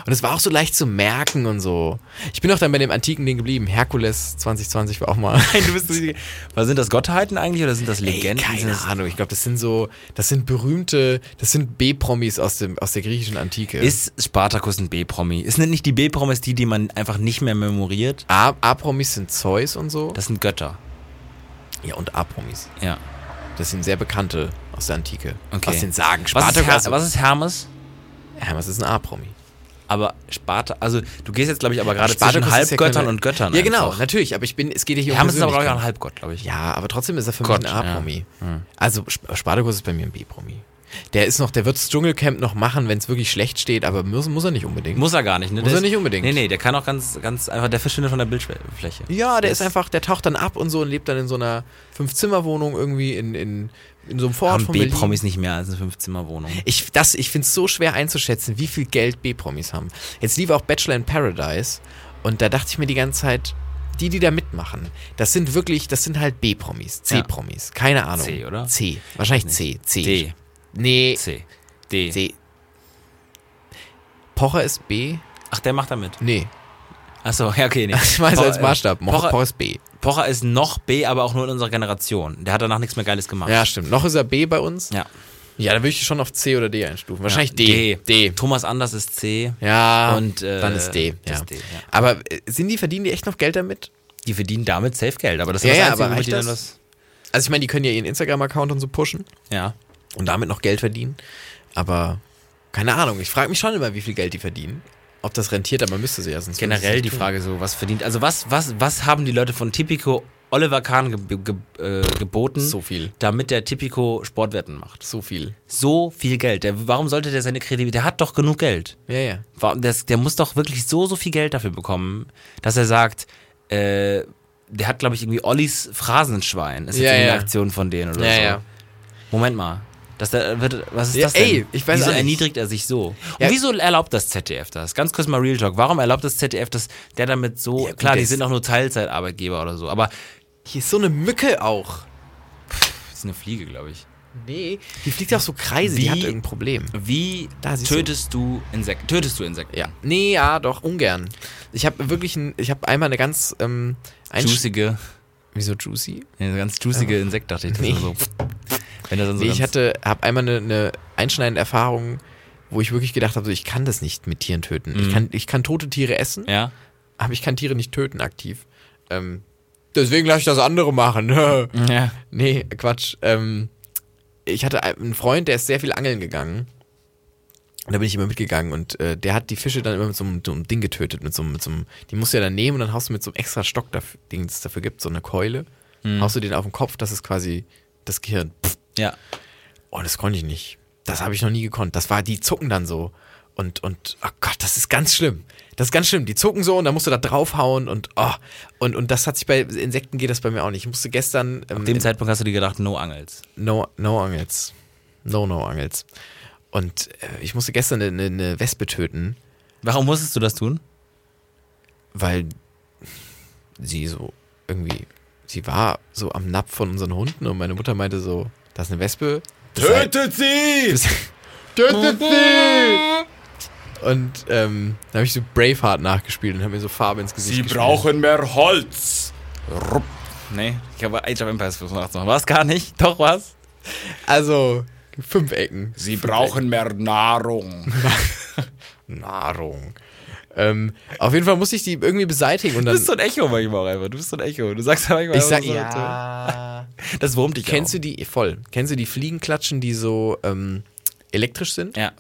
B: Und es war auch so leicht zu merken und so. Ich bin auch dann bei dem antiken Ding geblieben. Herkules 2020 war auch mal.
C: Nein, (laughs) du bist nicht- was sind das Gottheiten eigentlich oder sind das
B: Ey,
C: Legenden? Sind
B: keine
C: das,
B: Ahnung. Ich glaube, das sind so, das sind berühmte, das sind B-Promis aus, dem, aus der griechischen Antike.
C: Ist Spartacus ein B-Promi? Ist nicht die B-Promis die, die man einfach nicht mehr memoriert?
B: A- A-Promis sind Zeus und so.
C: Das sind Götter.
B: ja, und A-Promis.
C: Ja.
B: Das sind sehr bekannte aus der Antike.
C: Okay.
B: Aus den Sagen.
C: Was ist,
B: Spartacus.
C: Her was ist Hermes?
B: Hermes ist ein A-Promi.
C: Aber Sparta, also du gehst jetzt glaube ich aber gerade
B: Spartacus
C: zwischen
B: ist ja
C: Halbgöttern
B: keine-
C: und Göttern.
B: Ja, genau,
C: einfach. ne?
B: natürlich. Aber ich bin, es geht hier um
C: Hermes ist aber glaube ich auch ein
B: Persönlichkeit.
C: Halbgott, glaube ich.
B: Ja, aber trotzdem ist er für
C: Gott,
B: mich ein A-Promi.
C: ja. Hm.
B: Also Sp- Spartacus ist bei mir ein B-Promi. Der ist noch, der wird das Dschungelcamp noch machen, wenn es wirklich schlecht steht, aber muss, muss er nicht unbedingt.
C: Muss er gar nicht, ne?
B: Muss
C: Der
B: er nicht unbedingt.
C: Nee, nee, der kann auch ganz, ganz einfach, der verschwindet von der Bildfläche.
B: ja, der
C: Das-
B: ist einfach, der taucht dann ab und so und lebt dann in so einer Fünf-Zimmer-Wohnung irgendwie in, in, in so einem Vorort
C: Haben
B: von Berlin.
C: B-Promis nicht mehr als eine Fünfzimmerwohnung.
B: Ich, das, ich finde es so schwer einzuschätzen, wie viel Geld B-Promis haben. Jetzt lief auch Bachelor in Paradise und da dachte ich mir die ganze Zeit, die, die da mitmachen, das sind wirklich, das sind halt B-Promis, C-Promis, keine Ahnung.
C: C, oder?
B: C, wahrscheinlich C, C.
C: D,
B: Nee, C.
C: C, D.
B: Pocher ist B?
C: Ach, der macht da mit.
B: Nee, (laughs)
C: Achso, ja, okay, nee.
B: ich weiß
C: Pocher- äh,
B: als Maßstab, Pocher,
C: Pocher,
B: Pocher ist B.
C: Pocher ist noch B, aber auch nur in unserer Generation. Der hat danach nichts mehr Geiles gemacht.
B: Ja, stimmt. Noch ist er B bei uns?
C: Ja.
B: Ja, da würde ich schon auf C oder D einstufen. Wahrscheinlich D.
C: D. Thomas Anders ist C.
B: Ja,
C: Und, äh,
B: dann ist D.
C: das
B: ja.
C: D, ja.
B: Aber äh, sind die, verdienen die echt noch Geld damit?
C: Die verdienen damit safe Geld, aber das
B: Ja,
C: ist
B: ja,
C: das Einzige,
B: aber
C: womit die
B: reicht
C: dann
B: das?
C: was.
B: Also ich meine, die können ja ihren Instagram-Account und so pushen
C: Ja.
B: und damit noch Geld verdienen. Aber keine Ahnung, ich frage mich schon immer, wie viel Geld die verdienen. Ob das rentiert, aber müsste sie ja sonst.
C: Generell die Frage so, was verdient, also was, was, was haben die Leute von Tipico Oliver Kahn ge ge äh, geboten,
B: So viel.
C: damit der Tipico Sportwetten macht?
B: So viel.
C: So viel Geld. Der, warum sollte der seine Kredibilität, der hat doch genug Geld.
B: Ja, ja.
C: Warum, das, der muss doch wirklich so, so viel Geld dafür bekommen, dass er sagt, äh, der hat, glaube ich, irgendwie Ollis Phrasenschwein. Ist jetzt
B: Ja,
C: irgendwie
B: ja.
C: eine Aktion von denen oder
B: Ja,
C: so.
B: ja.
C: Moment mal. Das, da wird, was ist
B: Ja,
C: das denn?
B: ey, ich weiß
C: wieso
B: auch nicht.
C: erniedrigt er sich so? Und
B: Ja.
C: wieso erlaubt das ZDF das? Ganz kurz mal Real Talk. Warum erlaubt das ZDF das, der damit so,
B: Ja, gut,
C: klar,
B: der
C: die
B: ist-
C: sind auch nur Teilzeitarbeitgeber oder so, aber
B: Hier ist so eine Mücke auch.
C: das ist eine Fliege, glaube ich.
B: Nee, die fliegt auch so kreise,
C: Wie-
B: die hat irgendein Problem.
C: Wie
B: Da siehst du.
C: tötest du. Insekten? Tötest du Insekten?
B: Ja. Nee, ja, doch, ungern. Ich habe wirklich ein, ich habe einmal eine ganz, ähm, ein
C: Juicige,
B: Wieso juicy?
C: eine ganz juicige Insekt, dachte ich. Das
B: Nee.
C: Oh. nee. so, wenn das dann so
B: Nee, ich
C: ganz-
B: hatte, habe einmal eine, eine einschneidende Erfahrung, wo ich wirklich gedacht habe, so, ich kann das nicht mit Tieren töten. Ich,
C: Mhm.
B: kann, ich kann tote Tiere essen,
C: Ja.
B: aber ich kann Tiere nicht töten aktiv. Ähm, deswegen lasse ich das andere machen. (laughs)
C: Ja.
B: nee, Quatsch. Ähm, ich hatte einen Freund, der ist sehr viel angeln gegangen. Und da bin ich immer mitgegangen und äh, der hat die Fische dann immer mit so einem, so einem Ding getötet, mit so einem, mit so einem, die musst du ja dann nehmen und dann haust du mit so einem extra Stock, dafür, den es dafür gibt, so eine Keule,
C: Mhm.
B: haust du den auf den Kopf, das ist quasi das Gehirn.
C: Ja.
B: Oh, das konnte ich nicht. Das habe ich noch nie gekonnt. Das war, die zucken dann so. Und, und, oh Gott, das ist ganz schlimm. Das ist ganz schlimm. Die zucken so und dann musst du da draufhauen und, oh. Und, und das hat sich bei Insekten geht das bei mir auch nicht. Ich musste gestern, ähm,
C: Ab dem Zeitpunkt hast du dir gedacht, no angels.
B: no, no Angels. No, no Angels. Und äh, ich musste gestern eine, eine, eine Wespe töten,
C: Warum musstest du das tun?
B: weil sie so irgendwie sie war so am Napf von unseren Hunden und meine Mutter meinte so, das ist eine Wespe.
C: Tötet sie! (laughs)
B: Tötet sie! Und ähm, da habe ich so Braveheart nachgespielt und habe mir so Farbe ins Gesicht gespielt.
C: mehr Holz! Rupp. Nee, ich habe Age of Empires 85 noch. Was? Gar nicht? Doch was?
B: Also fünf Ecken. Fünf
C: mehr Nahrung.
B: Ecken. Nahrung. Ähm, auf jeden Fall musste ich die irgendwie beseitigen und
C: Du
B: dann.
C: bist so ein Echo manchmal auch einfach. Du bist so ein Echo. Du sagst manchmal
B: Ich sag,
C: einfach so,
B: ja.
C: Das wurmt dich
B: Kennst du
C: auch.
B: die, voll, kennst du die Fliegenklatschen, die so ähm, elektrisch sind?
C: Ja.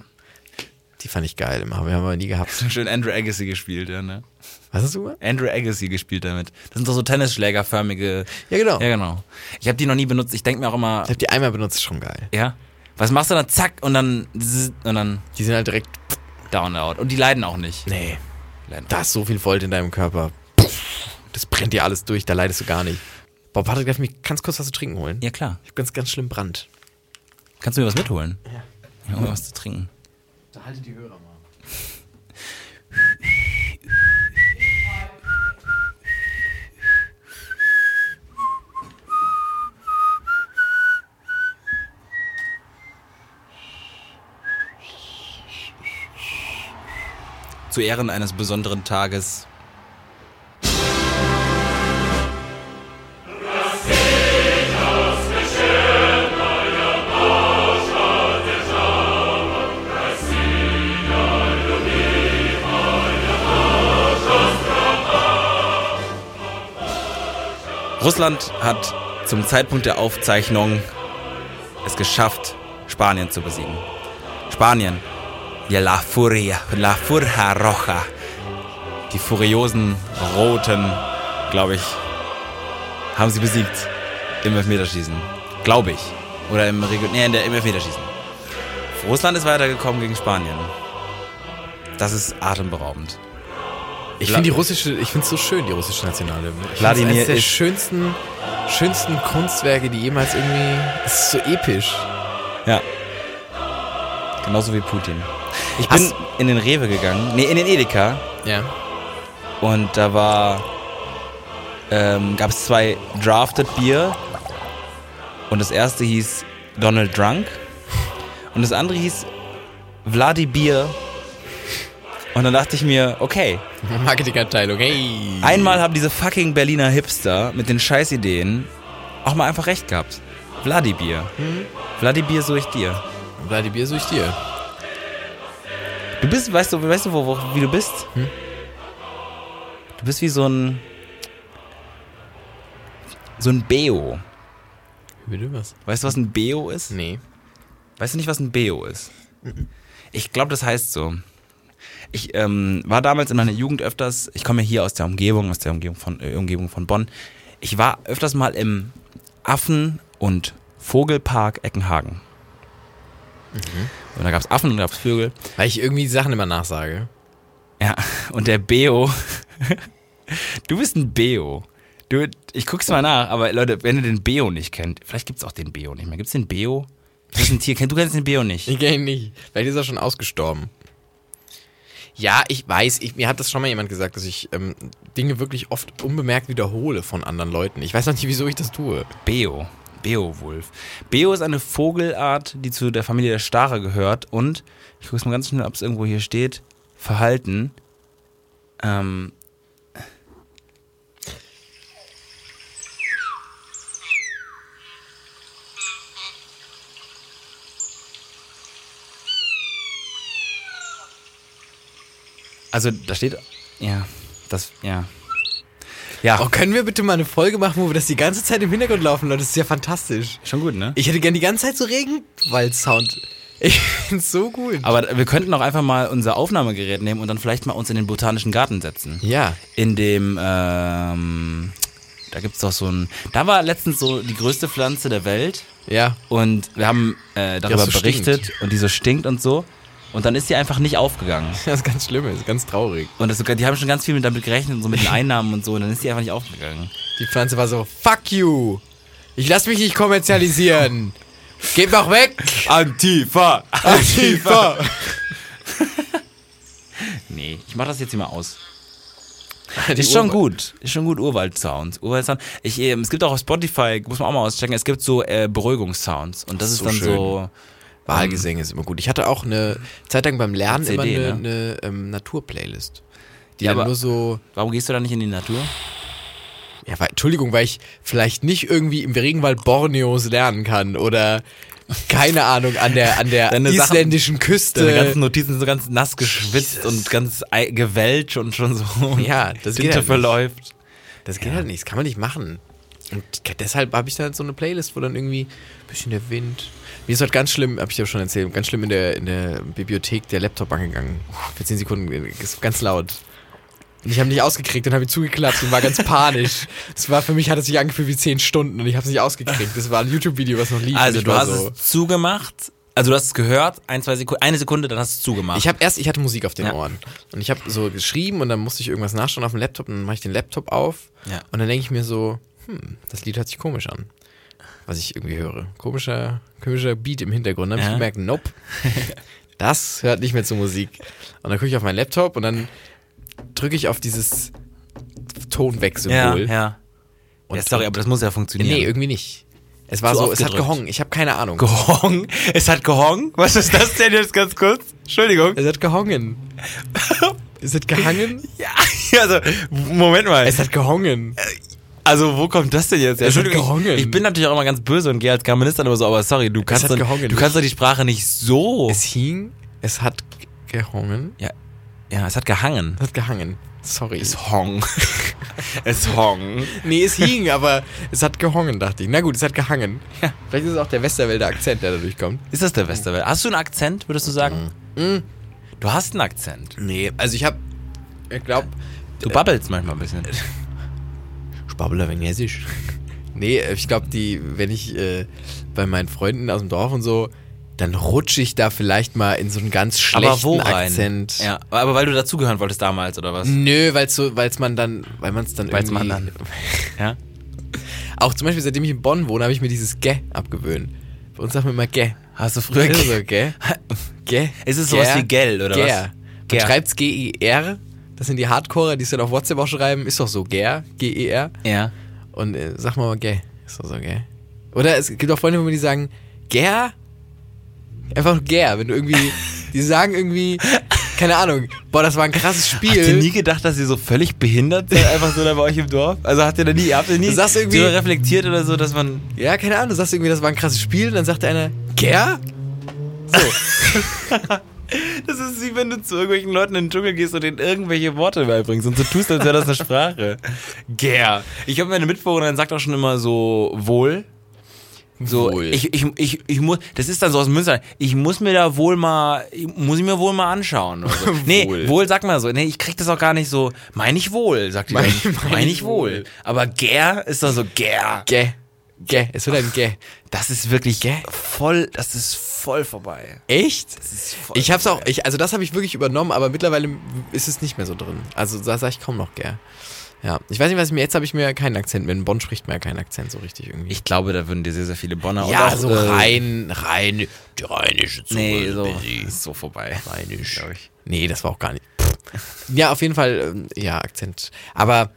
B: Die fand ich geil immer, wir haben wir nie gehabt.
C: Schön Andrew Agassi gespielt, ja, ne?
B: Was hast du gemacht?
C: Andrew Agassi gespielt damit. Das sind doch so Tennisschlägerförmige.
B: Ja, genau.
C: Ja, genau. Ich habe die noch nie benutzt. Ich denke mir auch immer,
B: Ich hab die einmal benutzt, ist schon geil.
C: ja, was machst du dann? Zack und dann zzz, und dann
B: Die sind halt direkt,
C: down out. Und die leiden auch nicht.
B: nee,
C: Leiden auch.
B: da ist so viel Volt in deinem Körper. Das brennt dir alles durch, da leidest du gar nicht. Boah, Patrick, darf ich mir ganz kurz was zu trinken holen?
C: Ja, klar.
B: Ich hab ganz, ganz schlimm Brand.
C: Kannst du mir was mitholen? Ja. Ich hol mir was zu trinken.
B: Da haltet die Hörer mal.
C: Zu Ehren eines besonderen Tages. Russland hat zum Zeitpunkt der Aufzeichnung es geschafft, Spanien zu besiegen. Spanien Ja, La Furia, La Furja Roja. Die furiosen Roten, glaube ich, haben sie besiegt im Elfmeterschießen. Glaube ich. Oder im Region, nee, in der, im Elfmeterschießen. Russland ist weitergekommen gegen Spanien. Das ist atemberaubend.
B: Ich
C: La-
B: finde die russische, ich finde es so schön, die russische Nationalhymne. Ich find's
C: Wladimir
B: eines der
C: ist-
B: schönsten, schönsten Kunstwerke, die jemals irgendwie, es ist so episch.
C: Ja. Genauso wie Putin. Ich bin
B: Hast-
C: in den Rewe gegangen, nee, in den Edeka
B: Ja. (laughs)
C: Und da war. Ähm, gab es zwei Drafted Bier. Und das erste hieß Donald Drunk. Und das andere hieß Vladi Bier. Und dann dachte ich mir, okay,
B: Marketingabteilung, hey.
C: einmal haben diese fucking Berliner Hipster mit den Scheißideen auch mal einfach recht gehabt. Vladi Bier. Vladi Bier, so ich dir.
B: Wladimir, so ich dir.
C: Du bist, weißt du, weißt du, wo, wo, wie du bist? Du bist wie so ein. So ein Beo.
B: Will du was?
C: Weißt du, was ein Beo ist?
B: Nee.
C: Weißt du nicht, was ein Beo ist? Ich glaube, das heißt so. Ich ähm, war damals in meiner Jugend öfters, ich komme hier aus der Umgebung, aus der Umgebung von, äh, Umgebung von Bonn. Ich war öfters mal im Affen- und Vogelpark Eckenhagen. Und da gab es Affen und da gab es Vögel.
B: Weil ich irgendwie die Sachen immer nachsage.
C: Ja, und der Beo. (laughs) du bist ein Beo. Du, ich guck's mal nach, aber Leute, wenn ihr den Beo nicht kennt, vielleicht gibt's auch den Beo nicht mehr. Gibt's den Beo? Das ist ein Tier, du kennst den
B: (laughs)
C: Beo nicht.
B: Ich kenne ihn nicht. Vielleicht ist er schon ausgestorben. Ja, ich weiß, ich, mir hat das schon mal jemand gesagt, dass ich ähm, Dinge wirklich oft unbemerkt wiederhole von anderen Leuten. Ich weiß noch nicht, wieso ich das tue.
C: Beo. Beowulf. Beo ist eine Vogelart, die zu der Familie der Stare gehört und, ich guck's mal ganz schnell, ob's irgendwo hier steht, Verhalten. Ähm, also da steht, ja, das, ja. Ja,
B: Oh, können wir bitte mal eine Folge machen, wo wir das die ganze Zeit im Hintergrund laufen, Leute? Das ist ja fantastisch.
C: schon gut, ne?
B: Ich hätte gern die ganze Zeit so Regenwald-Sound. (laughs) Ich find's so gut.
C: Aber wir könnten auch einfach mal unser Aufnahmegerät nehmen und dann vielleicht mal uns in den botanischen Garten setzen.
B: ja.
C: In dem, ähm, da gibt's doch so ein, da war letztens so die größte Pflanze der Welt
B: Ja. (laughs)
C: und wir haben äh, darüber
B: so
C: berichtet und die so stinkt und so und dann ist sie einfach nicht aufgegangen.
B: Das ist ganz schlimm, das ist ganz traurig.
C: Und das, sogar- die haben schon ganz viel mit damit gerechnet und so mit den Einnahmen und so und dann ist sie einfach nicht aufgegangen.
B: Die Pflanze war so, fuck you. Ich lass mich nicht
C: (laughs)
B: kommerzialisieren. Geht doch weg.
C: Antifa!
B: (laughs)
C: (laughs)
B: Antifa.
C: Nee, ich mach das jetzt hier mal aus.
B: Die
C: ist schon
B: Urwald-
C: gut. Ist schon gut Urwald-Sounds. Urwald-Sounds. Ich, ähm, es gibt auch auf Spotify, muss man auch mal auschecken, es gibt so äh, Beruhigungssounds. Und das ist
B: so
C: dann
B: schön.
C: so. Mhm.
B: Wahlgesänge ist immer gut. Ich hatte auch eine Zeit lang beim Lernen
C: CD,
B: immer eine,
C: ne?
B: eine ähm, Natur-Playlist. Die
C: Ja,
B: dann
C: aber-
B: nur so,
C: Warum gehst du da nicht in die Natur?
B: Äh, ja, weil, Entschuldigung, weil ich vielleicht nicht irgendwie im Regenwald Borneos lernen kann oder keine Ahnung, an der, an der
C: Deine Sachen-
B: isländischen Küste.
C: Deine ganzen Notizen sind so ganz nass geschwitzt und ganz ei- gewellt und schon
B: (laughs)
C: so.
B: Ja, das geht
C: Tinte
B: halt nicht.
C: verläuft.
B: Das geht halt nicht, das kann man nicht machen. Und deshalb habe ich dann so eine Playlist, wo dann irgendwie ein bisschen der Wind. Mir ist halt ganz schlimm, habe ich ja schon erzählt, ganz schlimm in der, in der Bibliothek der Laptop angegangen. Für 10 Sekunden ist ganz laut. Und ich habe nicht ausgekriegt und habe ihn zugeklappt und war ganz
C: (laughs)
B: panisch. Es war für mich hat es sich angefühlt wie 10 Stunden und ich habe es nicht ausgekriegt. Das war ein YouTube-Video, was noch lief.
C: Also,
B: und ich
C: du
B: war
C: hast
B: so.
C: es zugemacht. Also, du hast es gehört, ein, zwei Sekunden, eine Sekunde, dann hast du es zugemacht.
B: Ich habe erst, ich hatte Musik auf den
C: Ah. Ja.
B: Ohren und ich habe so geschrieben und dann musste ich irgendwas nachschauen auf dem Laptop und dann mache ich den Laptop auf
C: Ja.
B: und dann denke ich mir so, hm, das Lied hört sich komisch an, was ich irgendwie höre. Komischer, komischer Beat im Hintergrund. Dann habe
C: Ja.
B: ich gemerkt,
C: (laughs)
B: nope, das hört nicht mehr zur Musik. Und dann gucke ich auf meinen Laptop und dann drücke ich auf dieses
C: ja,
B: Tonweg-Symbol.
C: ja.
B: Und-
C: ja, sorry, aber das muss ja funktionieren.
B: Nee, irgendwie nicht. Es war
C: Zu
B: so,
C: oft
B: es hat
C: gedrückt.
B: gehongen. Ich habe keine Ahnung.
C: Gehong? Es hat gehong? Was ist das denn jetzt ganz kurz? Entschuldigung.
B: es hat
C: (laughs)
B: gehongen. es hat gehangen.
C: Ja, also, Moment mal.
B: Es hat gehongen.
C: also, wo kommt das denn jetzt? her?
B: Es hat
C: Entschuldigung,
B: gehongen.
C: ich, ich bin natürlich auch immer ganz böse und gehe als Germanist dann immer so, aber sorry, du kannst,
B: hat
C: dann,
B: gehongen.
C: du kannst doch die Sprache nicht so.
B: Es hing, es hat gehongen.
C: ja, es hat gehangen.
B: Es hat gehangen. Sorry.
C: Es (laughs) hong. es hong.
B: nee, es hing, aber es hat gehongen, dachte ich. Na gut, es hat gehangen.
C: Ja.
B: Vielleicht ist es auch der Westerwälder Akzent, der dadurch kommt.
C: Ist das der Westerwelt? Hast du einen Akzent, würdest du sagen?
B: Mm.
C: Du hast einen Akzent.
B: Nee, also ich hab, ich glaub...
C: Du babbelst manchmal ein
B: Äh,
C: bisschen.
B: Spabbler wegen Hessisch. (laughs) Nee, ich glaub, die, wenn ich äh, bei meinen Freunden aus dem Dorf und so, dann rutsche ich da vielleicht mal in so einen ganz schlechten
C: Aber wo rein?
B: Akzent. Mm.
C: Ja, aber weil du dazugehören wolltest damals, oder was?
B: Nö, weil's so, weil's man dann, weil man's dann
C: Weil's
B: irgendwie...
C: man dann- Ja?
B: Auch zum Beispiel, seitdem ich in Bonn wohne, habe ich mir dieses Gä abgewöhnt. Bei uns sagt man immer Gä.
C: Hast du früher...
B: Ist es so, gell? (laughs) Gell?
C: Ist es sowas wie Gell, oder was?
B: Ger. Man
C: Ger.
B: schreibt's G-E-R. Das sind die Hardcore, die es dann auf WhatsApp auch schreiben. Ist doch so Ger, G-E-R.
C: Ja.
B: Und äh, sag mal mal Gä. Ist doch so Gä. Oder es gibt auch Freunde, wo mir die sagen Ger. Einfach nur Ger. Wenn du
C: (laughs)
B: irgendwie, die sagen irgendwie, keine Ahnung, boah, das war ein krasses
C: Habt ihr nie
B: Spiel.
C: gedacht, dass ihr so völlig behindert seid, einfach so da bei euch im Dorf? Also habt ihr da nie, ihr habt ihr nie
B: Du sagst irgendwie-
C: so reflektiert oder so, dass man.
B: Ja, keine Ahnung, du sagst irgendwie, das war ein krasses Spiel. Und dann sagt einer Ger.
C: (laughs) Das ist wie wenn du zu irgendwelchen Leuten in den Dschungel gehst und denen irgendwelche Worte beibringst und so tust, als wäre das eine (laughs) Sprache. Ger. Ich habe meine Mitbewohnerin sagt auch schon immer so wohl. So,
B: Wohl.
C: ich, ich, ich, ich muss, das ist dann so aus dem Münster, ich muss mir da wohl mal, ich- muss ich mir wohl mal anschauen. Oder (laughs) so. Nee,
B: Wohl.
C: wohl. sag mal so, nee, ich krieg das auch gar nicht so, mein ich wohl, sagt die
B: Mein-
C: dann.
B: mein
C: Mein
B: ich
C: ich wohl.
B: wohl.
C: Aber ger ist dann so ger.
B: Gä. Gä. Es wird ein Gä.
C: Das ist wirklich voll, das ist voll vorbei.
B: Echt?
C: Das ist voll
B: Ich hab's auch,
C: vorbei.
B: ich, also das habe ich wirklich übernommen, aber mittlerweile ist es nicht mehr so drin. Also da sage ich kaum noch gern. Ja, ich weiß nicht, was ich mir jetzt habe ich mir keinen Akzent mehr. In Bonn spricht man ja keinen Akzent so richtig irgendwie.
C: Ich glaube, da würden dir sehr, sehr viele Bonner
B: ja,
C: und auch,
B: so
C: äh,
B: rein, rein, die rheinische Zunge.
C: Nee, so,
B: busy.
C: ist so vorbei.
B: Rheinisch.
C: Glaub ich.
B: Nee, das war auch gar nicht. Pff. Ja, auf jeden Fall, ähm, ja, Akzent. Aber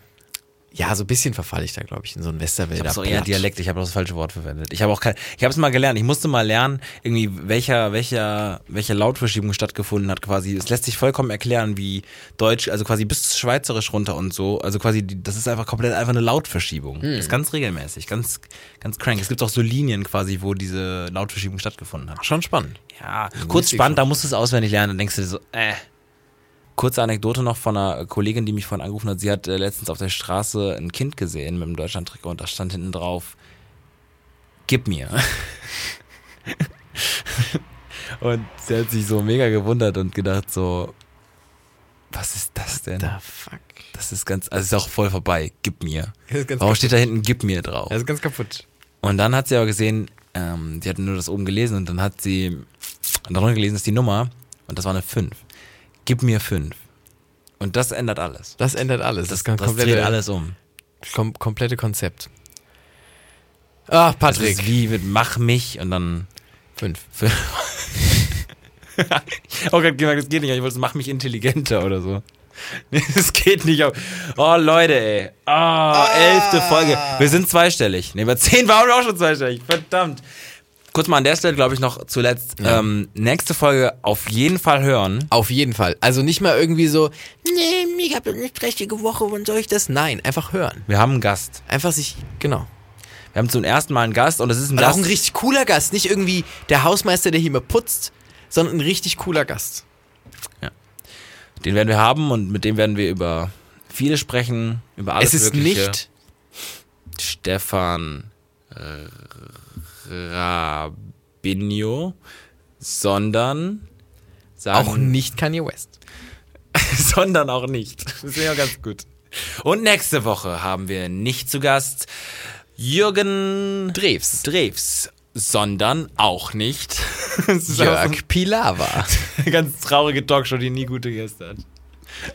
B: ja, so ein bisschen verfalle ich da, glaube ich, in so ein Westerwälder.
C: Ich habe so eher
B: Platt.
C: Dialekt, ich habe das falsche Wort verwendet. Ich habe auch kein, ich habe es mal gelernt, ich musste mal lernen, irgendwie welcher welcher welche Lautverschiebung stattgefunden hat quasi. Es lässt sich vollkommen erklären, wie Deutsch, also quasi bis Schweizerisch runter und so, also quasi die- das ist einfach komplett einfach eine Lautverschiebung. Das ist ganz regelmäßig, ganz ganz crank. Es gibt auch so Linien quasi, wo diese Lautverschiebung stattgefunden hat.
B: Schon spannend.
C: Ja, kurz spannend, da musst du es auswendig lernen, dann denkst du dir so, äh. Kurze Anekdote noch von einer Kollegin, die mich vorhin angerufen hat. Sie hat äh, letztens auf der Straße ein Kind gesehen mit einem Deutschland-Trikot und da stand hinten drauf, gib mir. (laughs) und sie hat sich so mega gewundert und gedacht so, was ist das denn?
B: Da, fuck.
C: Das ist ganz, also ist auch voll vorbei, gib (laughs) mir.
B: Das ist ganz
C: Warum
B: kaputt.
C: steht da hinten gib mir drauf?
B: Das ist ganz kaputt.
C: Und dann hat sie aber gesehen, ähm, die hat nur das oben gelesen und dann hat sie darunter gelesen, ist die Nummer und das war eine 5. Gib mir 5. Und das ändert alles.
B: Das ändert alles.
C: Das,
B: kann
C: das, dreht alles um.
B: Kom komplette Konzept. Ach,
C: Das ist
B: Patrick.
C: Also wie mit mach mich und dann.
B: Fünf.
C: (laughs) oh Gott, gemerkt, das geht nicht. Ich wollte es mach mich intelligenter oder so. (laughs) Nee, Das geht nicht auf. Oh, Leute, ey. ah, elfte Folge. Wir sind zweistellig. Nee, bei zehn waren wir auch schon zweistellig. Verdammt. Kurz mal an der Stelle, glaube ich, noch zuletzt. Ähm, nächste Folge auf jeden Fall hören.
B: Auf jeden Fall. Also nicht mal irgendwie so, nee, ich habe eine richtige Woche, wann soll ich das? Nein, einfach hören.
C: Wir haben einen Gast.
B: Einfach sich, genau.
C: Wir haben zum ersten Mal einen Gast und es ist ein
B: Und auch
C: Gast.
B: ein richtig cooler Gast. Nicht irgendwie der Hausmeister, der hier immer putzt, sondern ein richtig cooler Gast.
C: Den werden wir haben und mit dem werden wir über viele sprechen, über alles
B: es ist
C: Mögliche.
B: nicht
C: Stefan äh, Rabinio, sondern sagen,
B: auch nicht Kanye West.
C: (laughs) sondern auch nicht. Das ist ja ganz gut. Und nächste Woche haben wir nicht zu Gast Jürgen
B: Drews.
C: Drews, sondern auch (laughs) nicht Es ist einfach
B: Jörg Pilawa.
C: so eine ganz traurige Talkshow, die nie gute Gäste hat.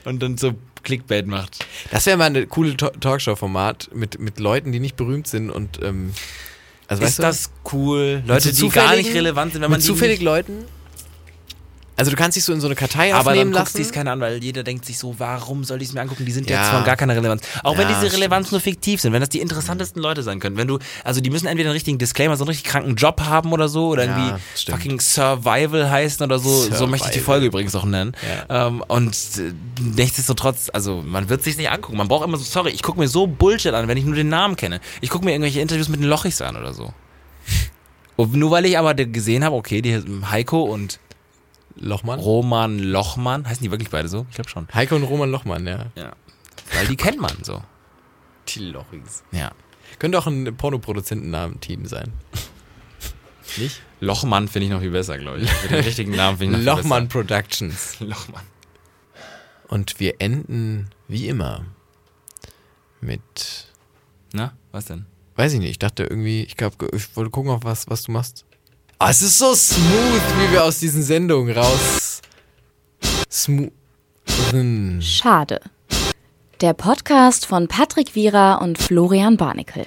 C: Und dann so Clickbait macht.
B: Das wäre mal eine coole To- Talkshow-Format mit, mit Leuten, die nicht berühmt sind und ähm, also weißt
C: ist
B: du,
C: das cool? Leute,
B: so
C: die gar
B: zufälligen-
C: nicht relevant sind, wenn man
B: mit
C: die
B: zufällig Leuten. Also du kannst dich so in so eine Kartei
C: Aber dann
B: aufnehmen
C: guckst
B: lassen.
C: du es keiner an, weil jeder denkt sich so, warum soll ich es mir angucken? Die sind
B: Ja.
C: jetzt von gar keiner Relevanz. Auch wenn
B: Ja,
C: diese Relevanz nur fiktiv sind, wenn das die interessantesten Leute sein können. Wenn du, also die müssen entweder einen richtigen Disclaimer, so einen richtig kranken Job haben oder so, oder
B: Ja,
C: irgendwie
B: stimmt.
C: fucking Survival heißen oder so. So
B: Survival.
C: möchte ich die Folge übrigens auch nennen.
B: Ja.
C: Ähm, und äh, nichtsdestotrotz, also man wird sich nicht angucken. Man braucht immer so, sorry, ich gucke mir so Bullshit an, wenn ich nur den Namen kenne. Ich gucke mir irgendwelche Interviews mit den Lochis an oder so. (laughs) Und nur weil ich aber de- gesehen habe, okay, die hm, Heiko und
B: Lochmann.
C: Roman Lochmann. Heißen die wirklich beide so? Ich glaube schon.
B: Heiko und Roman Lochmann, ja.
C: Ja. Weil die kennt man so.
B: Die Lochis.
C: Ja.
B: Könnte auch ein Pornoproduzentennamen-Team sein. Nicht?
C: Lochmann finde ich noch viel besser, glaube ich. Mit dem richtigen Namen finde ich noch
B: Lochmann Productions.
C: viel besser. Lochmann.
B: Und wir enden wie immer mit,
C: Na, was denn?
B: weiß ich nicht, ich dachte irgendwie, ich glaube, ich wollte gucken, auf was, was du machst. Ah, es ist so smooth, wie wir aus diesen Sendungen raus. Smooth.
A: Schade. Der Podcast von Patrick Wierer und Florian Barnikel.